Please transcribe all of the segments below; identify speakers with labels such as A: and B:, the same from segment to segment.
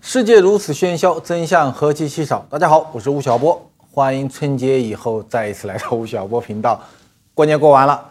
A: 世界如此喧嚣，真相何其稀少。大家好，我是吴晓波，欢迎春节以后再一次来到吴晓波频道。过年过完了，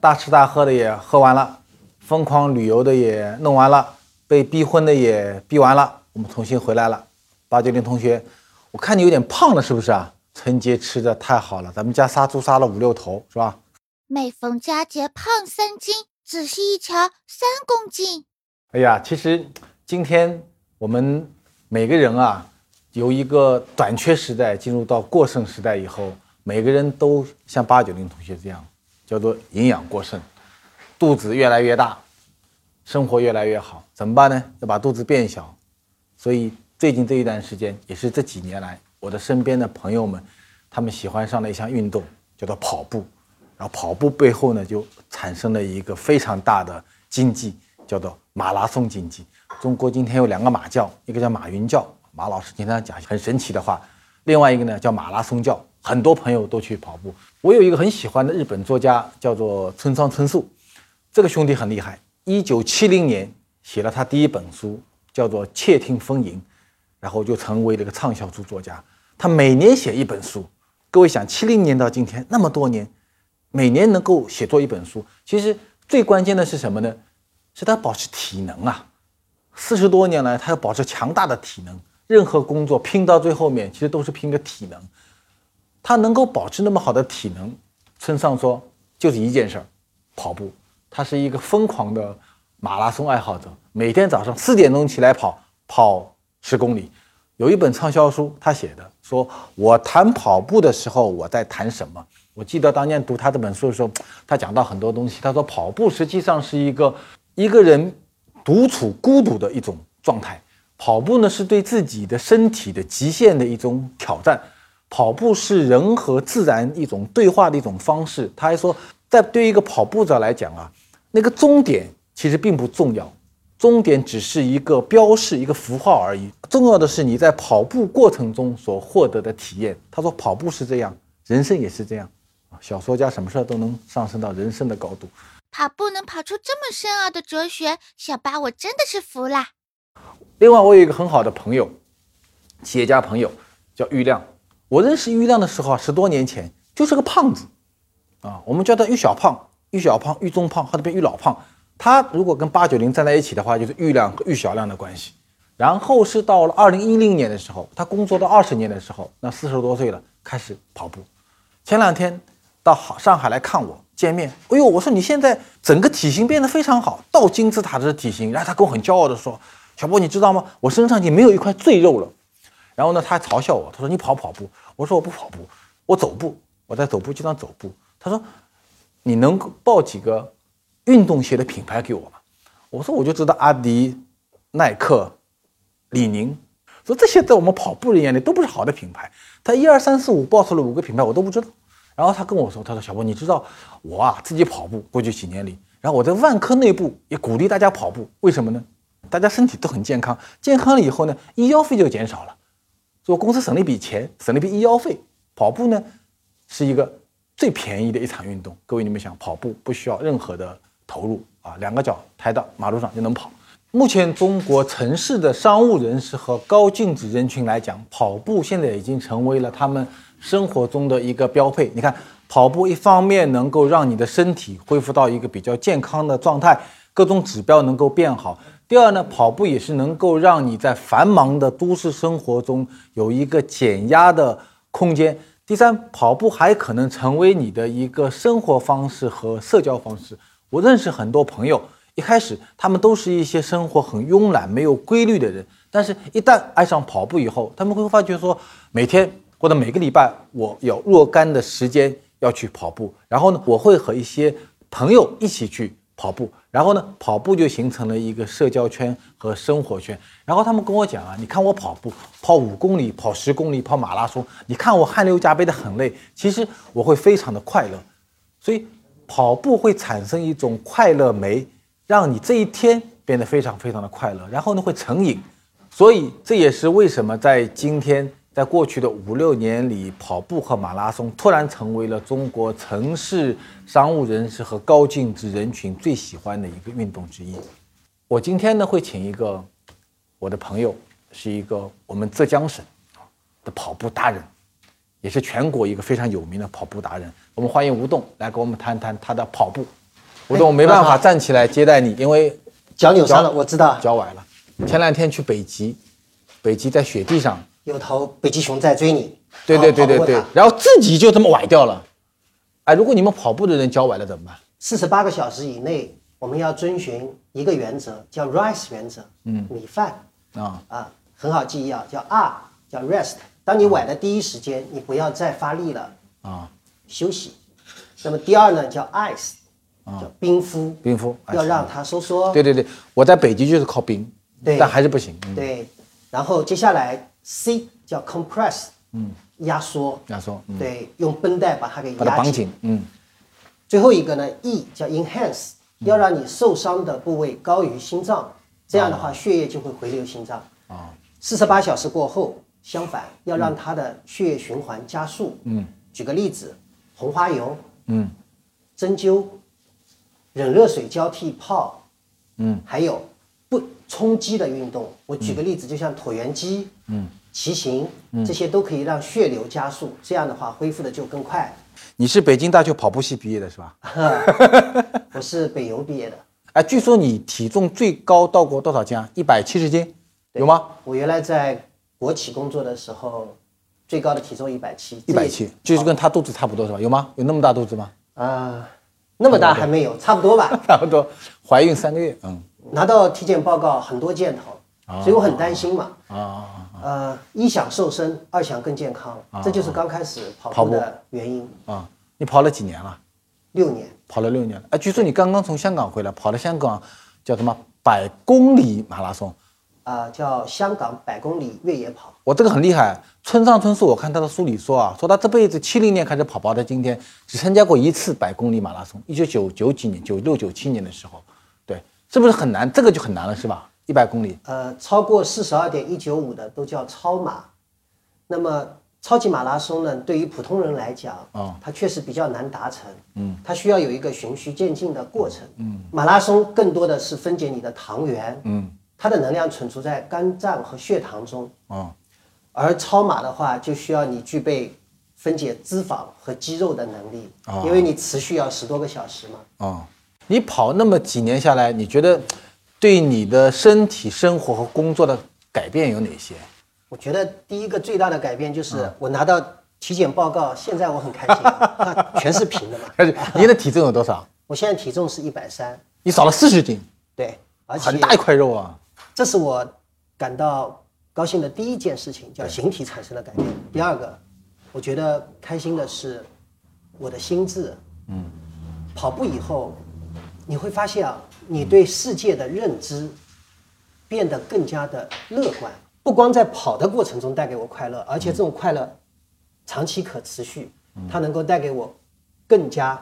A: 大吃大喝的也喝完了，疯狂旅游的也弄完了，被逼婚的也逼完了，我们重新回来了。八九零同学，我看你有点胖了，是不是啊？春节吃的太好了，咱们家杀猪杀了五六头，是吧？
B: 每逢佳节胖三斤，仔细一瞧三公斤。
A: 哎呀，其实今天我们每个人啊，由一个短缺时代进入到过剩时代以后，每个人都像八九零同学这样，叫做营养过剩，肚子越来越大，生活越来越好，怎么办呢？要把肚子变小。所以最近这一段时间，也是这几年来，我的身边的朋友们，他们喜欢上了一项运动，叫做跑步。然后跑步背后呢，就产生了一个非常大的经济，叫做马拉松经济。中国今天有两个马教，一个叫马云教，马老师经常讲很神奇的话；另外一个呢叫马拉松教，很多朋友都去跑步。我有一个很喜欢的日本作家，叫做村上春树，这个兄弟很厉害，一九七零年写了他第一本书，叫做《窃听风吟》，然后就成为了一个畅销书作家。他每年写一本书，各位想，七零年到今天那么多年。每年能够写作一本书，其实最关键的是什么呢？是他保持体能啊。四十多年来，他要保持强大的体能。任何工作拼到最后面，其实都是拼个体能。他能够保持那么好的体能，村上说就是一件事儿，跑步。他是一个疯狂的马拉松爱好者，每天早上四点钟起来跑，跑十公里。有一本畅销书，他写的说：“我谈跑步的时候，我在谈什么？”我记得当年读他这本书的时候，他讲到很多东西。他说，跑步实际上是一个一个人独处孤独的一种状态。跑步呢，是对自己的身体的极限的一种挑战。跑步是人和自然一种对话的一种方式。他还说，在对于一个跑步者来讲啊，那个终点其实并不重要。终点只是一个标示、一个符号而已。重要的是你在跑步过程中所获得的体验。他说，跑步是这样，人生也是这样。小说家什么事儿都能上升到人生的高度。
B: 跑步能跑出这么深奥的哲学，小八我真的是服啦。
A: 另外，我有一个很好的朋友，企业家朋友叫郁亮。我认识郁亮的时候啊，十多年前就是个胖子啊，我们叫他郁小胖、郁小胖、郁中胖，后来变郁老胖。他如果跟八九零站在一起的话，就是郁亮和郁小亮的关系。然后是到了二零一零年的时候，他工作到二十年的时候，那四十多岁了，开始跑步。前两天到好上海来看我见面，哎呦，我说你现在整个体型变得非常好，到金字塔的体型。然后他跟我很骄傲的说：“小波，你知道吗？我身上已经没有一块赘肉了。”然后呢，他还嘲笑我，他说：“你跑跑步。”我说：“我不跑步，我走步，我在走步机上走步。”他说：“你能报几个？”运动鞋的品牌给我嘛，我说我就知道阿迪、耐克、李宁，说这些在我们跑步人眼里都不是好的品牌。他一二三四五报出了五个品牌，我都不知道。然后他跟我说，他说小波，你知道我啊自己跑步，过去几年里，然后我在万科内部也鼓励大家跑步，为什么呢？大家身体都很健康，健康了以后呢，医药费就减少了，所以公司省了一笔钱，省了一笔医药费。跑步呢，是一个最便宜的一场运动。各位你们想，跑步不需要任何的。投入啊，两个脚抬到马路上就能跑。目前中国城市的商务人士和高净值人群来讲，跑步现在已经成为了他们生活中的一个标配。你看，跑步一方面能够让你的身体恢复到一个比较健康的状态，各种指标能够变好。第二呢，跑步也是能够让你在繁忙的都市生活中有一个减压的空间。第三，跑步还可能成为你的一个生活方式和社交方式。我认识很多朋友，一开始他们都是一些生活很慵懒、没有规律的人，但是一旦爱上跑步以后，他们会发觉说，每天或者每个礼拜，我有若干的时间要去跑步，然后呢，我会和一些朋友一起去跑步，然后呢，跑步就形成了一个社交圈和生活圈。然后他们跟我讲啊，你看我跑步，跑五公里、跑十公里、跑马拉松，你看我汗流浃背的很累，其实我会非常的快乐，所以。跑步会产生一种快乐酶，让你这一天变得非常非常的快乐，然后呢会成瘾，所以这也是为什么在今天，在过去的五六年里，跑步和马拉松突然成为了中国城市商务人士和高净值人群最喜欢的一个运动之一。我今天呢会请一个我的朋友，是一个我们浙江省的跑步达人，也是全国一个非常有名的跑步达人。我们欢迎吴栋来跟我们谈谈他的跑步。
C: 哎
A: 吴栋，我没办
C: 那
A: 法
C: 好
A: 站起来接待你，因为
C: 脚扭伤
A: 脚
C: 了，我知道
A: 脚崴了。前两天去北极，北极在雪地上，
C: 有头北极熊在追你，
A: 对
C: 跑
A: 对对对
C: 哦跑不过
A: 对
C: 它，
A: 然后自己就这么崴掉了。哎，如果你们跑步的人脚崴了怎么办？
C: 四十八个小时以内，我们要遵循一个原则，叫 rice 原则，嗯，米饭
A: 啊
C: 啊，很好记忆啊，叫 R，叫 rest。当你崴的第一时间，你不要再发力了，
A: 啊，
C: 休息。那么第二呢，叫 ice，叫冰敷，
A: 啊冰敷
C: 要
A: ice，
C: 让它收缩。
A: 对对对，我在北极就是靠冰，
C: 对
A: 但还是不行。嗯
C: 对，然后接下来 C 叫 compress，嗯，压缩，
A: 压缩嗯
C: 对，用绷带把它给
A: 把它
C: 压
A: 绑
C: 紧。
A: 紧，嗯，
C: 最后一个呢，E 叫 enhance，要让你受伤的部位高于心脏，这样的话血液就会回流心脏。啊，四十八小时过后，相反要让它的血液循环加速。嗯，举个例子，红花油，
A: 嗯，
C: 针灸，冷热水交替泡，嗯，还有不冲击的运动。我举个例子，就像椭圆机，嗯，骑行，这些都可以让血流加速，这样的话恢复的就更 快。
A: 你是北京大学跑步系毕业的是吧？
C: 我是北邮毕业的。
A: 哎，据说你体重最高到过多少斤啊？一百七十斤，有吗？
C: 我原来在国企工作的时候，最高的体重一百七，
A: 一百七，就是跟他肚子差不多是吧？有吗？有那么大肚子吗？。
C: 啊，那么大还没有，差不多吧
A: 差不多，怀孕三个月，嗯，
C: 拿到体检报告很多箭
A: 哦
C: 头，所以我很担心嘛。
A: 啊，
C: 呃，一想瘦身，二想更健康，这就是刚开始
A: 哦跑
C: 跑
A: 步
C: 步的原因。
A: 啊，你跑了几年了？
C: 六年，
A: 跑了六年了。哎，据说你刚刚从香港回来，跑了香港叫什么百公里马拉松？
C: 啊，叫香港百公里越野跑，
A: 我这个很厉害。村上春树，我看他的书里说啊，说他这辈子七零年开始跑跑到今天，只参加过一次百公里马拉松，一九九九几年，九六九七年的时候，对，是不是很难？这个就很难了，是吧？一百公里，
C: 呃，超过四十二点一九五的都叫超马。那么超级马拉松呢，对于普通人来讲，
A: 哦
C: 它确实比较难达成，嗯，它需要有一个循序渐进的过程，嗯，马拉松更多的是分解你的糖原，嗯，它的能量存储在肝脏和血糖中，
A: 哦，
C: 而超马的话，就需要你具备分解脂肪和肌肉的能力，因为你持续要十多个小时嘛，
A: 哦，你跑那么几年下来，你觉得对你的身体、生活和工作的改变有哪些？
C: 我觉得第一个最大的改变
A: 嗯
C: 就是我拿到体检报告，现在我 很开心，它全是平的嘛。
A: 而且你的体重有多少？
C: 我现在体重是一百三，
A: 你少了四十斤，
C: 对，而且
A: 很大一块肉啊！
C: 这是我感到高兴的第一件事情，叫形体产生了改变。第二个，我觉得开心的是我的心智。嗯，跑步以后，你会发现啊，你对世界的认知变得更加的乐观。不光在跑的过程中带给我快乐，而且这种快乐长期可持续，
A: 嗯
C: 它能够带给我更加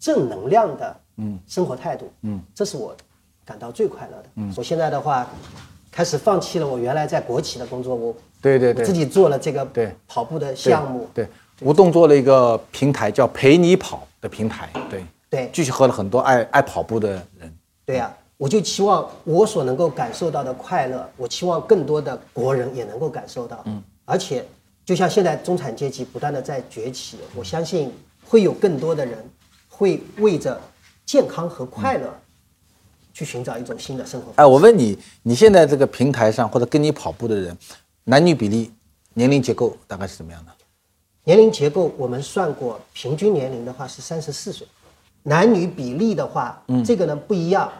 C: 正能量的生活态度，嗯，这是我感到最快乐的。嗯，我现在的话，开始放弃了我原来在国企的工作，我
A: 对对
C: 我
A: 对
C: 自己做了这个
A: 对
C: 跑步的项目，
A: 对，对吴栋做了一个平台叫“陪你跑”的平台，对
C: 对
A: 聚合了很多爱爱跑步的人。
C: 对呀、我就期望我所能够感受到的快乐，我期望更多的国人也能够感受到。嗯，而且就像现在中产阶级不断的在崛起，我相信会有更多的人会为着健康和快乐去寻找一种新的生活方式。
A: 哎，我问你，你现在这个平台上或者跟你跑步的人，男女比例、年龄结构大概是怎么样的？
C: 年龄结构我们算过，平均年龄的话是三十四岁，男女比例的话，
A: 嗯
C: 这个呢不一样，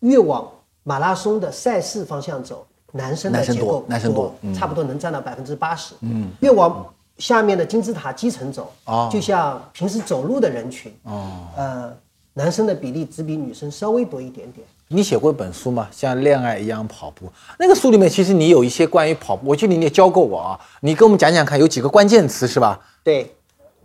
C: 越往马拉松的赛事方向走，男生的
A: 男生
C: 结
A: 多
C: 构
A: 男生多嗯
C: 差不多能占到百分之八十，嗯，越往下面的金字塔基层走，
A: 哦
C: 就像平时走路的人群，哦，呃，男生的比例只比女生稍微多一点点，
A: 你写过一本书嘛，像恋爱一样跑步。那个书里面其实你有一些关于跑步，我记得你也教过我啊。你跟我们讲讲看，有几个关键词是吧？
C: 对，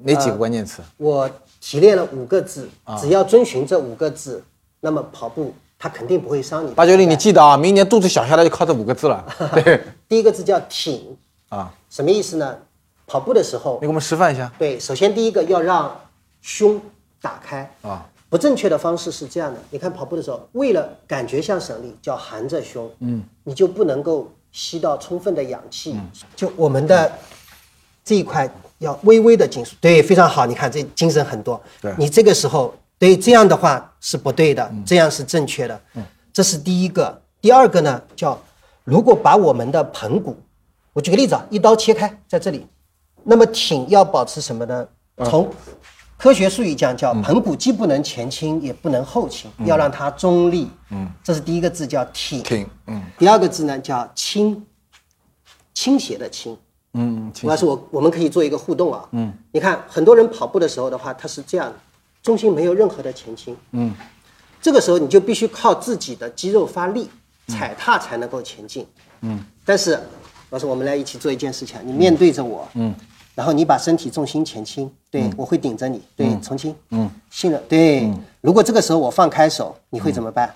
A: 哪几
C: 嗯
A: 个关键词？
C: 我提炼了五个字，
A: 啊
C: 只要遵循这五个字，那么跑步它肯定不会伤你的
A: 八九零，
C: 膝
A: 你
C: 盖
A: 记得啊，明年肚子小下来就靠这五个字了。对
C: 第一个字叫挺，
A: 啊，
C: 什么意思呢？跑步的时候
A: 你给，我们示范一下。
C: 对，首先第一个要让胸打开
A: 啊。
C: 不正确的方式是这样的，你看跑步的时候，为了感觉向省力，叫含着胸，嗯，你就不能够吸到充分的氧气，就我们的这一块要微微的紧缩，对，非常好，你看这精神很多。
A: 对嗯
C: 你这个时候对这样的话是不对的，这样是正确的。这是第一个。第二个呢，叫如果把我们的盆骨，我举个例子啊，一刀切开在这里，那么挺要保持什么呢？
A: 嗯
C: 从科学术语讲叫盆骨既不能前倾也不能后倾，要让它中立。嗯，这是第一个字叫挺。
A: 嗯挺，嗯
C: 第二个字呢叫倾，倾斜的倾。
A: 嗯，
C: 主要是我我们可以做一个互动啊。嗯，你看很多人跑步的时候的话，他是这样的，重心没有任何的前倾。嗯，这个时候你就必须靠自己的肌肉发力，踩踏才能够前进。嗯，但是老师，我们来一起做一件事情啊，你面对着我。嗯。然后你把身体重心前倾，对、我会顶着你，对，重新，嗯，信任，对、如果这个时候我放开手，你会怎么办？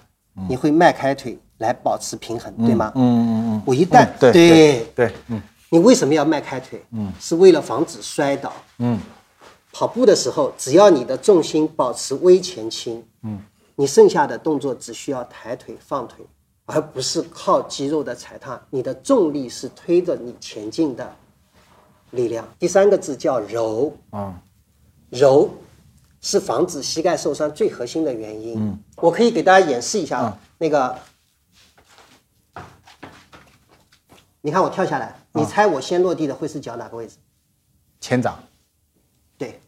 C: 你会迈开腿来保持平衡，对吗？嗯嗯嗯嗯。我一旦、
A: 嗯对
C: 对
A: 对，嗯
C: 你为什么要迈开腿？嗯，是为了防止摔倒。
A: 嗯，
C: 跑步的时候，只要你的重心保持微前倾，嗯，你剩下的动作只需要抬腿、放腿，而不是靠肌肉的踩踏。你的重力是推着你前进的力量。第三个字叫柔，
A: 啊，
C: 柔是防止膝盖受伤最核心的原因。我可以给大家演示一下啊，那个，你看我跳下来，你猜我先落地的会是脚哪个位置？
A: 前掌，
C: 对，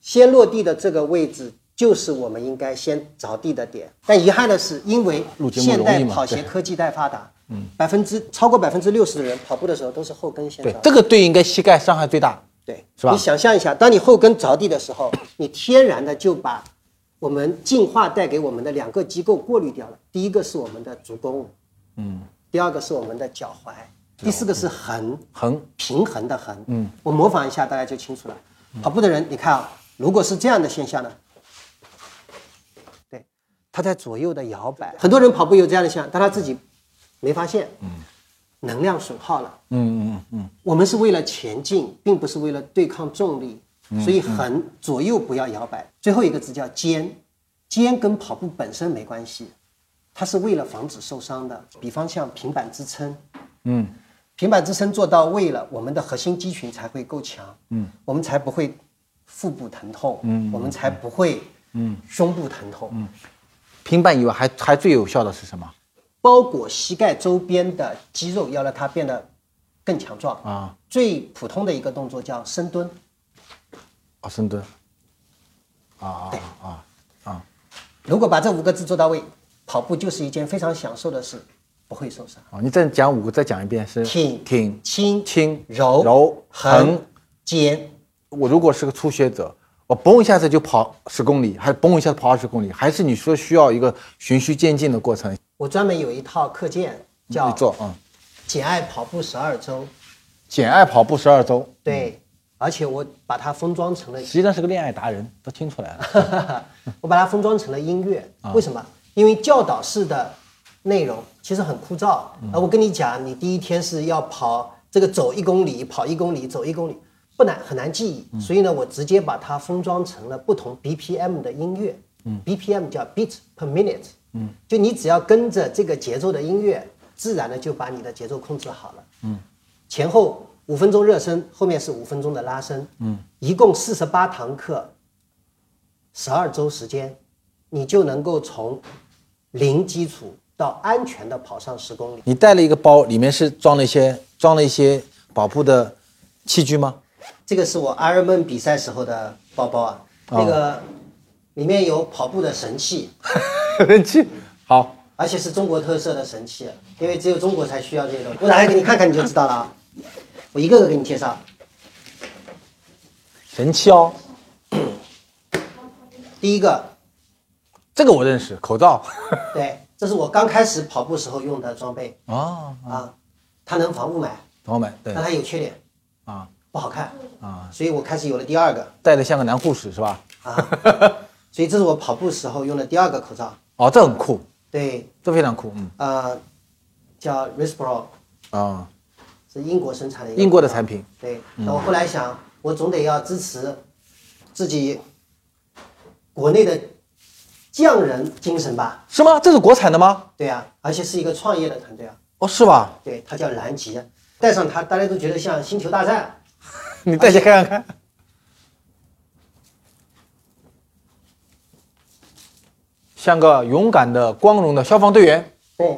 C: 先落地的这个位置就是我们应该先着地的点。但遗憾的是，因为
A: 录节目
C: 现代
A: 容易嘛
C: 跑鞋
A: 对
C: 科技带发达，嗯，百分之超过百分之六十的人跑步的时候都是后跟先着
A: 对
C: 地。，
A: 这个对应该膝盖伤害最大，
C: 对，
A: 是吧
C: 你想象一下，当你后跟着地的时候，你天然的就把我们进化带给我们的两个机构过滤掉了。第一个是我们的足弓，
A: 嗯，
C: 第二个是我们的脚踝，第四个是横，
A: 横，
C: 平衡的衡。嗯，我模仿一下，大家就清楚了。跑步的人，你看啊，如果是这样的现象呢，对，他在左右的摇摆。很多人跑步有这样的现象，但他自己没发现，嗯，能量损耗了。
A: 嗯嗯嗯
C: 我们是为了前进，并不是为了对抗重力，所以横左右不要摇摆。最后一个字叫肩，肩跟跑步本身没关系，它是为了防止受伤的。比方像平板支撑，
A: 嗯
C: 平板支撑做到位了，我们的核心肌群才会够强，嗯，我们才不会腹部疼痛，嗯，我们才不会，嗯，胸部疼痛，嗯，
A: 嗯，平板以外还还最有效的是什么？
C: 包裹膝盖周边的肌肉，要让它变得更强壮
A: 啊。
C: 最普通的一个动作叫深蹲，
A: 啊，深蹲，啊
C: 对
A: 啊啊，
C: 如果把这五个字做到位，跑步就是一件非常享受的事，不会受伤。
A: 啊！你再讲五个，再讲一遍是
C: 挺
A: 嗯挺
C: 轻
A: 轻
C: 柔
A: 柔
C: 横
A: 横
C: 肩，
A: 我如果是个初学者，我嘣一下子就跑十公里，还嘣一下子跑二十公里，还是你说需要一个循序渐进的过程？
C: 我专门有一套课件叫
A: 你
C: 《
A: 做，嗯，
C: 简爱跑步十二周》，
A: 简爱跑步十二周，
C: 对，而且我把它封装成了
A: 实际上是个恋爱达人，都听出来 了。
C: 我把它封装成了音乐，为什么？因为教导式的内容其实很枯燥。啊，我跟你讲，你第一天是要跑这个走一公里，跑一公里，走一公里，不难很难记忆。所以呢，我直接把它封装成了不同 BPM 的音乐。BPM 叫 beat per minute。嗯，就你只要跟着这个节奏的音乐，自然的就把你的节奏控制好了。嗯，前后五分钟热身，后面是五分钟的拉伸。嗯，一共四十八堂课，十二周时间，你就能够从零基础到安全的跑上十公里。
A: 你带了一个包，里面是装了一些装了一些跑步的器具吗？
C: 这个是我 Ironman 比赛时候的包包啊，那个里面有跑步的神器，
A: 人气好，
C: 而且是中国特色的神器，啊因为只有中国才需要这些东西。我打开给你看看，你就知道了啊。我一个个给你介绍。
A: 神器哦，
C: 第一个，
A: 这个我认识，口罩
C: 对，这是我刚开始跑步时候用的装备
A: 哦，
C: 啊，它能防雾霾，
A: 朋友们，对
C: 但它有缺点，
A: 啊，
C: 不好看啊，所以我开始有了第二个。
A: 戴的像个男护士是吧？
C: 啊， 所以这是我跑步时候用的第二个口罩，
A: 哦，这很酷，
C: 对，
A: 这非常酷，嗯
C: 呃，叫 Respro，
A: 啊，
C: 是英国生产的一个，
A: 英国的产，品，
C: 对。那我后来想，我总得要支持自己国内的匠人精神吧？
A: 是吗？这是国产的吗？
C: 对啊，而且是一个创业的团队啊。
A: 哦，是吧？
C: 对，他叫兰吉，带上他，大家都觉得像星球大战。
A: 你带去看看看。像个勇敢的、光荣的消防队员，
C: 对，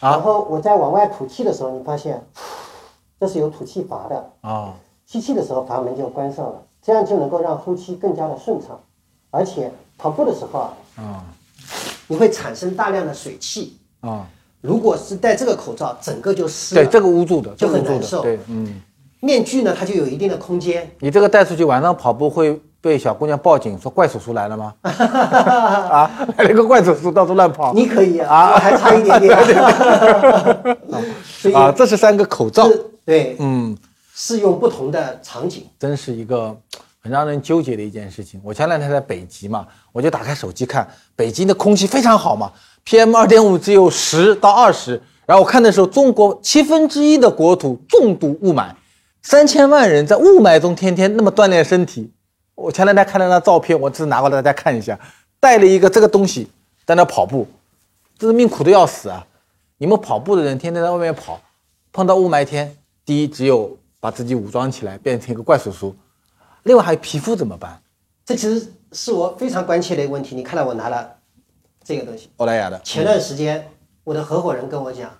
A: 啊
C: 然后我在往外吐气的时候，你发现 这是有吐气阀的，
A: 啊，
C: 吸气的时候阀门就关上了，这样就能够让呼吸更加的顺畅，而且跑步的时候啊，
A: 啊
C: 你会产生大量的水汽。
A: 啊，
C: 如果是戴这个口罩，整个就湿了。
A: 对，这个无助的，这
C: 就
A: 个
C: 很
A: 无助
C: 难
A: 的，
C: 受
A: 对，嗯，
C: 面具呢，它就有一定的空间，
A: 你这个带出去晚上跑步会被小姑娘报警说怪叔叔来了吗？啊，来了个怪叔叔到处乱跑
C: 你可以
A: 啊
C: 啊，我还差一点 点。 所以
A: 啊，这是三个口罩，
C: 是对
A: 嗯，
C: 适用不同的场景。
A: 真是一个很让人纠结的一件事情。我前两天在北极嘛，我就打开手机看，北极的空气非常好嘛，PM 二点五只有十到二十。然后我看的时候，中国七分之一的国土重度雾霾，三千万人在雾霾中天天那么锻炼身体。我前两天看了那照片，我只是拿过来大家看一下，带了一个这个东西在那跑步，这是命苦的要死啊！你们跑步的人天天在外面跑，碰到雾霾天，第一只有把自己武装起来，变成一个怪叔叔；另外还有皮肤怎么办？
C: 这其实是我非常关切的一个问题。你看到我拿了这个东西，
A: 欧莱雅的，
C: 前段时间我的合伙人跟我讲，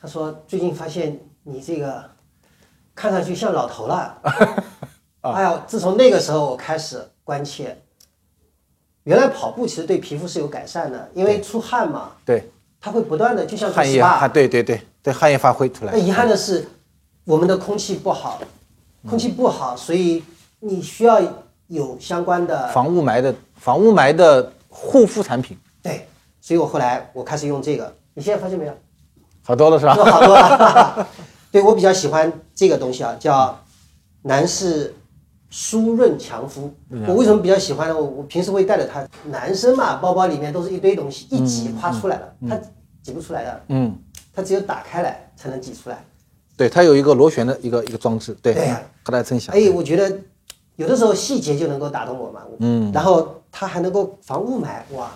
C: 他说最近发现你这个看上去像老 头了。
A: 啊
C: 哎呀，自从那个时候我开始关切，原来跑步其实对皮肤是有改善的，因为出汗嘛，
A: 对，
C: 它会不断的就像做
A: 汗液
C: SPA
A: 汗，对对对对，汗液发挥出来
C: 哎那。遗憾的是，我们的空气不好，
A: 嗯
C: 空气不好，所以你需要有相关的
A: 防雾霾的防雾霾的护肤产品
C: 对，所以我后来我开始用这个，你现在发现没有？
A: 好多了是吧？
C: 用好多 了。对我比较喜欢这个东西啊，叫男士舒润强肤。我为什么比较喜欢呢？我我平时会带着它，男生嘛，包包里面都是一堆东西，一挤哗出来了，它挤不出来的，
A: 嗯，
C: 它只有打开来才能挤出来。
A: 对，它有一个螺旋的一个一个装置，对
C: 对呀，
A: 咔嗒声响。
C: 哎，我觉得有的时候细节就能够打动我嘛。嗯，然后它还能够防雾霾，哇，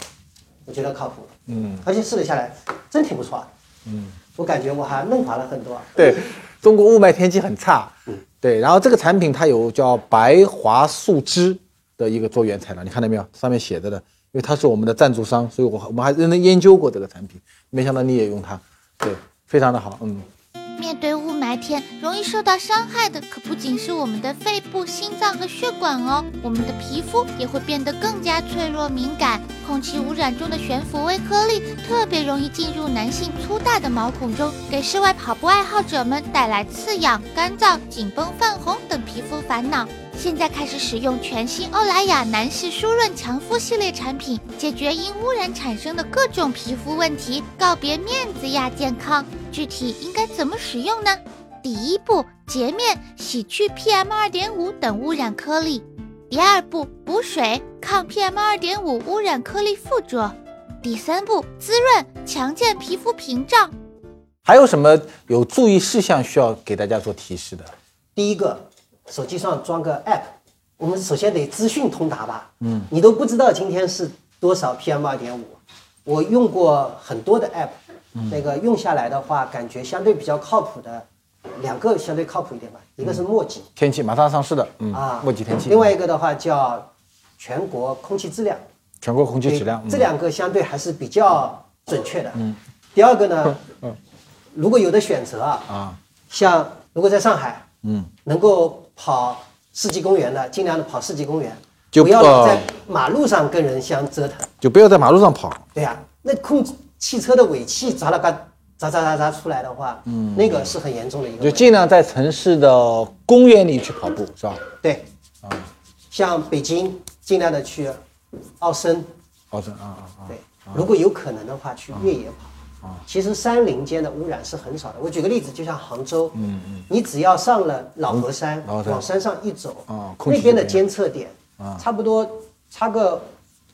C: 我觉得靠谱。嗯，而且试了下来，真挺不错。嗯，我感觉我还嫩滑了很多。啊
A: 对，中国雾霾天气很差。对，然后这个产品它有叫白桦树脂的一个做原材料，你看到没有？上面写着的，因为它是我们的赞助商，所以我我们还认真研究过这个产品。没想到你也用它，对，非常的好，嗯。
B: 面对雾霾天，容易受到伤害的可不仅是我们的肺部、心脏和血管哦，我们的皮肤也会变得更加脆弱敏感。空气污染中的悬浮微颗粒特别容易进入男性粗大的毛孔中，给室外跑步爱好者们带来刺痒、干燥、紧绷、泛红等皮肤烦恼。现在开始使用全新欧莱雅男士舒润强肤系列产品，解决因污染产生的各种皮肤问题，告别面子亚健康。具体应该怎么使用呢？第一步，洁面，洗去 PM 二点五等污染颗粒；第二步，补水，抗 PM 二点五污染颗粒附着；第三步，滋润，强健皮肤屏障。
A: 还有什么有注意事项需要给大家做提示的？
C: 第一个，手机上装个 app，我们首先得资讯通达吧。嗯，你都不知道今天是多少 PM 二点五，我用过很多的 app，、那
A: 嗯
C: 个用下来的话，感觉相对比较靠谱的，两个相对靠谱一点吧，一个是墨迹、
A: 天气马上上市的，嗯，
C: 啊，
A: 墨迹天气。
C: 另外一个的话叫全国空气质量，
A: 全国空气质量，
C: 对这
A: 嗯
C: 两个相对还是比较准确的。嗯，第二个呢，如果有的选择啊，
A: 嗯啊，
C: 像如果在上海，
A: 嗯，
C: 能够跑世纪公园的，尽量的跑世纪公园，
A: 就
C: 不要
A: 呃
C: 在马路上跟人相折腾。
A: 就不要在马路上跑。
C: 对呀、那空汽车的尾气咋啦嘎咋咋咋咋出来的话，嗯，那个是很严重的一个
A: 就
C: 问题。
A: 尽量在城市的公园里去跑步，是吧？
C: 对，啊，像北京尽量的去奥森，
A: 好的，啊啊啊！啊
C: 对，如果有可能的话，去越野跑。其实山林间的污染是很少的。我举个例子，就像杭州，嗯嗯，你只要上了老河山，
A: 老河山
C: 往山上一走，
A: 啊空气啊
C: 那边的
A: 就变
C: 监测点，差不多差个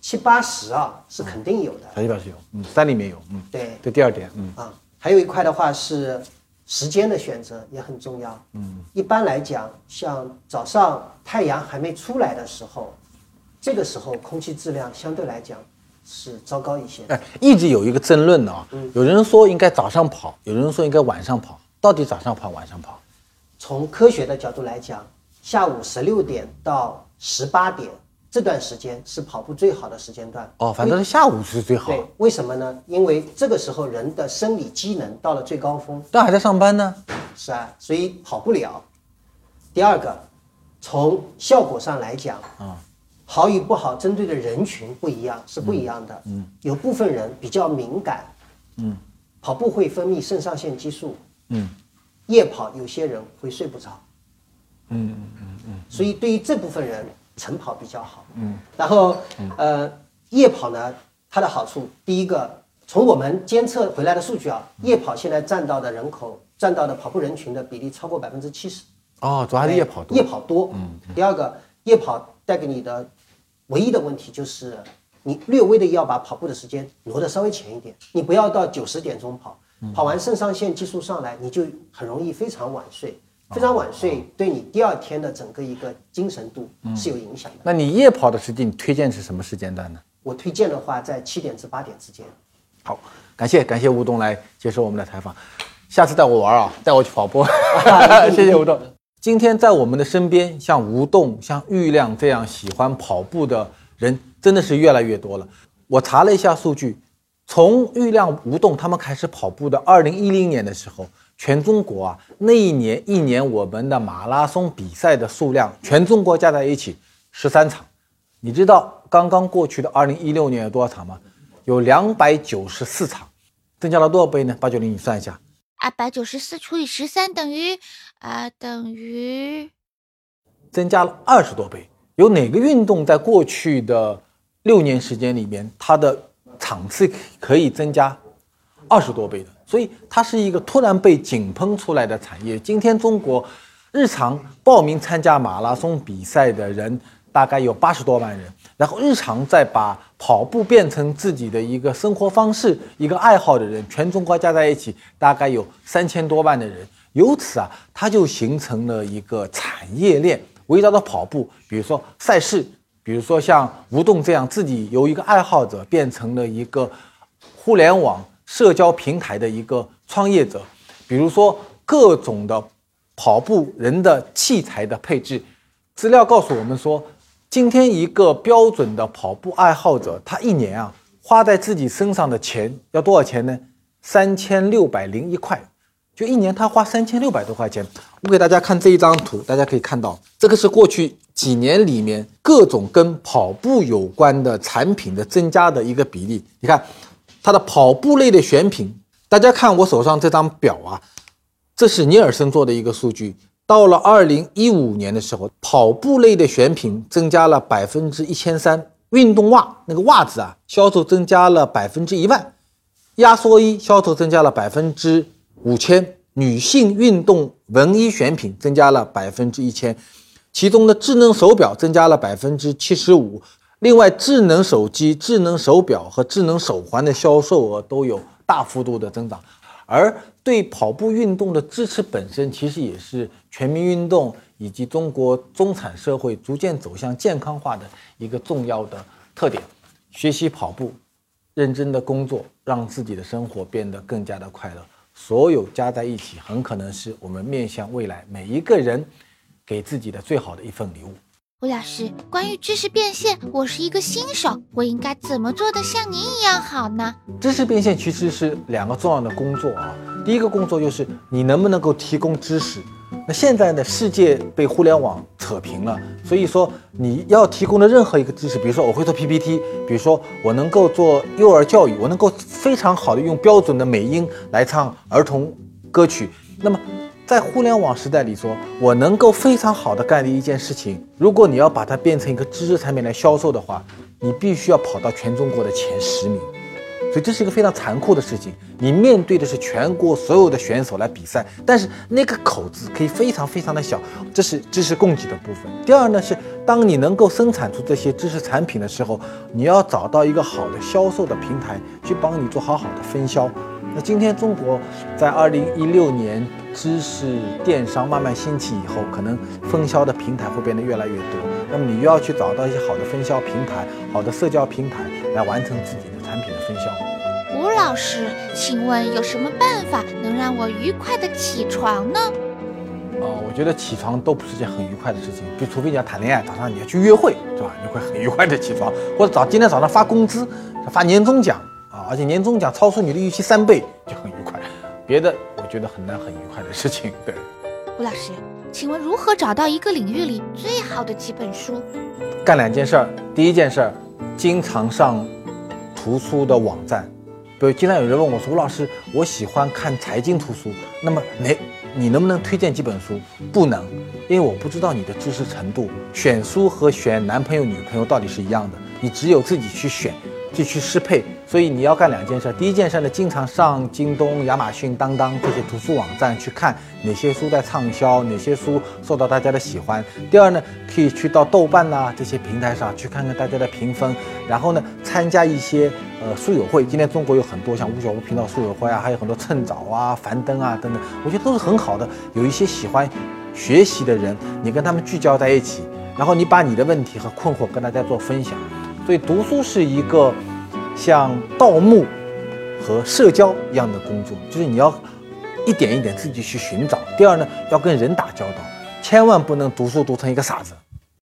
C: 七八十啊，是肯定有的。
A: 小西表示有，嗯，山里面有，嗯，
C: 对，
A: 这第二点，嗯，
C: 啊，还有一块的话是时间的选择也很重要。嗯，一般来讲，像早上太阳还没出来的时候，这个时候空气质量相对来讲是糟糕一些的。
A: 哎，一直有一个争论的啊，
C: 嗯
A: 有人说应该早上跑，有人说应该晚上跑，到底早上跑晚上跑？
C: 从科学的角度来讲，下午十六点到十八点这段时间是跑步最好的时间段。
A: 哦，反正是下午是最好，
C: 对，为什么呢？因为这个时候人的生理机能到了最高峰，
A: 但还在上班呢。
C: 是啊，所以跑不了。第二个，从效果上来讲，
A: 啊，
C: 好与不好针对的人群不一样，是不一样的。嗯，有部分人比较敏感，
A: 嗯，
C: 跑步会分泌肾上腺激素，
A: 嗯，
C: 夜跑有些人会睡不着。嗯嗯嗯。所以对于这部分人，晨跑比较好。嗯。然后，呃，夜跑呢，它的好处，第一个，从我们监测回来的数据啊，夜跑现在占到的人口，占到的跑步人群的比例超过百分之七十。
A: 哦，主要还是夜跑多。嗯
C: 夜跑多。第二个，夜跑带给你的唯一的问题就是，你略微的要把跑步的时间挪得稍微前一点，你不要到九十点钟跑，
A: 嗯
C: 跑完肾上腺激素上来，你就很容易非常晚睡。
A: 哦
C: 非常晚睡对你第二天的整个一个精神度
A: 嗯
C: 是有影响的。
A: 那你夜跑的时间，你推荐是什么时间段呢？
C: 我推荐的话，在七点至八点之间。
A: 好，感谢感谢吴东来接受我们的采访，下次带我玩啊，带我去跑 步，谢谢吴栋。今天在我们的身边，像吴栋、像郁亮这样喜欢跑步的人，真的是越来越多了。我查了一下数据，从郁亮、吴栋他们开始跑步的二零一零年的时候，全中国啊，那一年一年我们的马拉松比赛的数量，全中国加在一起十三场。你知道刚刚过去的二零一六年有多少场吗？有两百九十四场，增加了多少倍呢？八九零，你算一下，
B: 啊，百九十四除以十三等于啊等于
A: 增加了二十多倍。有哪个运动在过去的六年时间里面，它的场次可以增加二十多倍的？所以它是一个突然被井喷出来的产业。今天中国日常报名参加马拉松比赛的人大概有八十多万人，然后日常再把跑步变成自己的一个生活方式、一个爱好的人，全中国加在一起大概有三千多万的人。由此啊，它就形成了一个产业链，围绕着跑步，比如说赛事，比如说像吴栋这样自己由一个爱好者变成了一个互联网社交平台的一个创业者，比如说各种的跑步人的器材的配置。资料告诉我们说，今天一个标准的跑步爱好者，他一年啊花在自己身上的钱要多少钱呢？三千六百零一块，就一年他花三千六百多块钱。我给大家看这一张图，大家可以看到，这个是过去几年里面各种跟跑步有关的产品的增加的一个比例。你看，它的跑步类的选品，大家看我手上这张表啊，这是尼尔森做的一个数据。到了二零一五年的时候，跑步类的选品增加了百分之一千三，运动袜那个袜子啊，销售增加了百分之一万，压缩衣销售增加了百分之五千，女性运动文衣选品增加了百分之一千，其中的智能手表增加了百分之七十五，另外智能手机、智能手表和智能手环的销售额都有大幅度的增长，而对跑步运动的支持本身，其实也是全民运动以及中国中产社会逐渐走向健康化的一个重要的特点。学习跑步，认真的工作，让自己的生活变得更加的快乐。所有加在一起，很可能是我们面向未来每一个人给自己的最好的一份礼物。
B: 吴老师，关于知识变现，我是一个新手，我应该怎么做的像您一样好呢？
A: 知识变现其实是两个重要的工作啊。第一个工作就是你能不能够提供知识。那现在呢，世界被互联网扯平了，所以说你要提供的任何一个知识，比如说我会做 PPT，比如说我能够做幼儿教育，我能够非常好的用标准的美音来唱儿童歌曲。那么在互联网时代里说，我能够非常好的干的一件事情，如果你要把它变成一个知识产品来销售的话，你必须要跑到全中国的前十名。所以这是一个非常残酷的事情。你面对的是全国所有的选手来比赛，但是那个口子可以非常非常的小，这是知识供给的部分。第二呢是，当你能够生产出这些知识产品的时候，你要找到一个好的销售的平台去帮你做好好的分销。那今天中国在二零一六年知识电商慢慢兴起以后，可能分销的平台会变得越来越多。那么你又要去找到一些好的分销平台、好的社交平台，来完成自己的产品的分销。
B: 吴老师，请问有什么办法能让我愉快的起床呢？
A: 啊、我觉得起床都不是件很愉快的事情，就除非你要谈恋爱，早上你要去约会，是吧？你会很愉快的起床，或者早今天早上发工资，发年终奖啊，而且年终奖超出你的预期三倍，就很愉快。别的我觉得很难很愉快的事情，对。
B: 吴老师，请问如何找到一个领域里最好的几本书？
A: 干两件事儿。第一件事儿，经常上图书的网站，比如经常有人问我说：“吴老师，我喜欢看财经图书，那么没你能不能推荐几本书？”不能，因为我不知道你的知识程度。选书和选男朋友、女朋友到底是一样的，你只有自己去选。去去适配，所以你要干两件事儿。第一件事呢，经常上京东、亚马逊、当当这些图书网站去看哪些书在畅销，哪些书受到大家的喜欢。第二呢，可以去到豆瓣呐、这些平台上去看看大家的评分，然后呢，参加一些呃书友会。今天中国有很多像吴晓波频道书友会啊，还有很多趁早啊、樊登啊等等，我觉得都是很好的。有一些喜欢学习的人，你跟他们聚焦在一起，然后你把你的问题和困惑跟大家做分享。所以读书是一个像盗墓和社交一样的工作，就是你要一点一点自己去寻找。第二呢，要跟人打交道，千万不能读书读成一个傻子。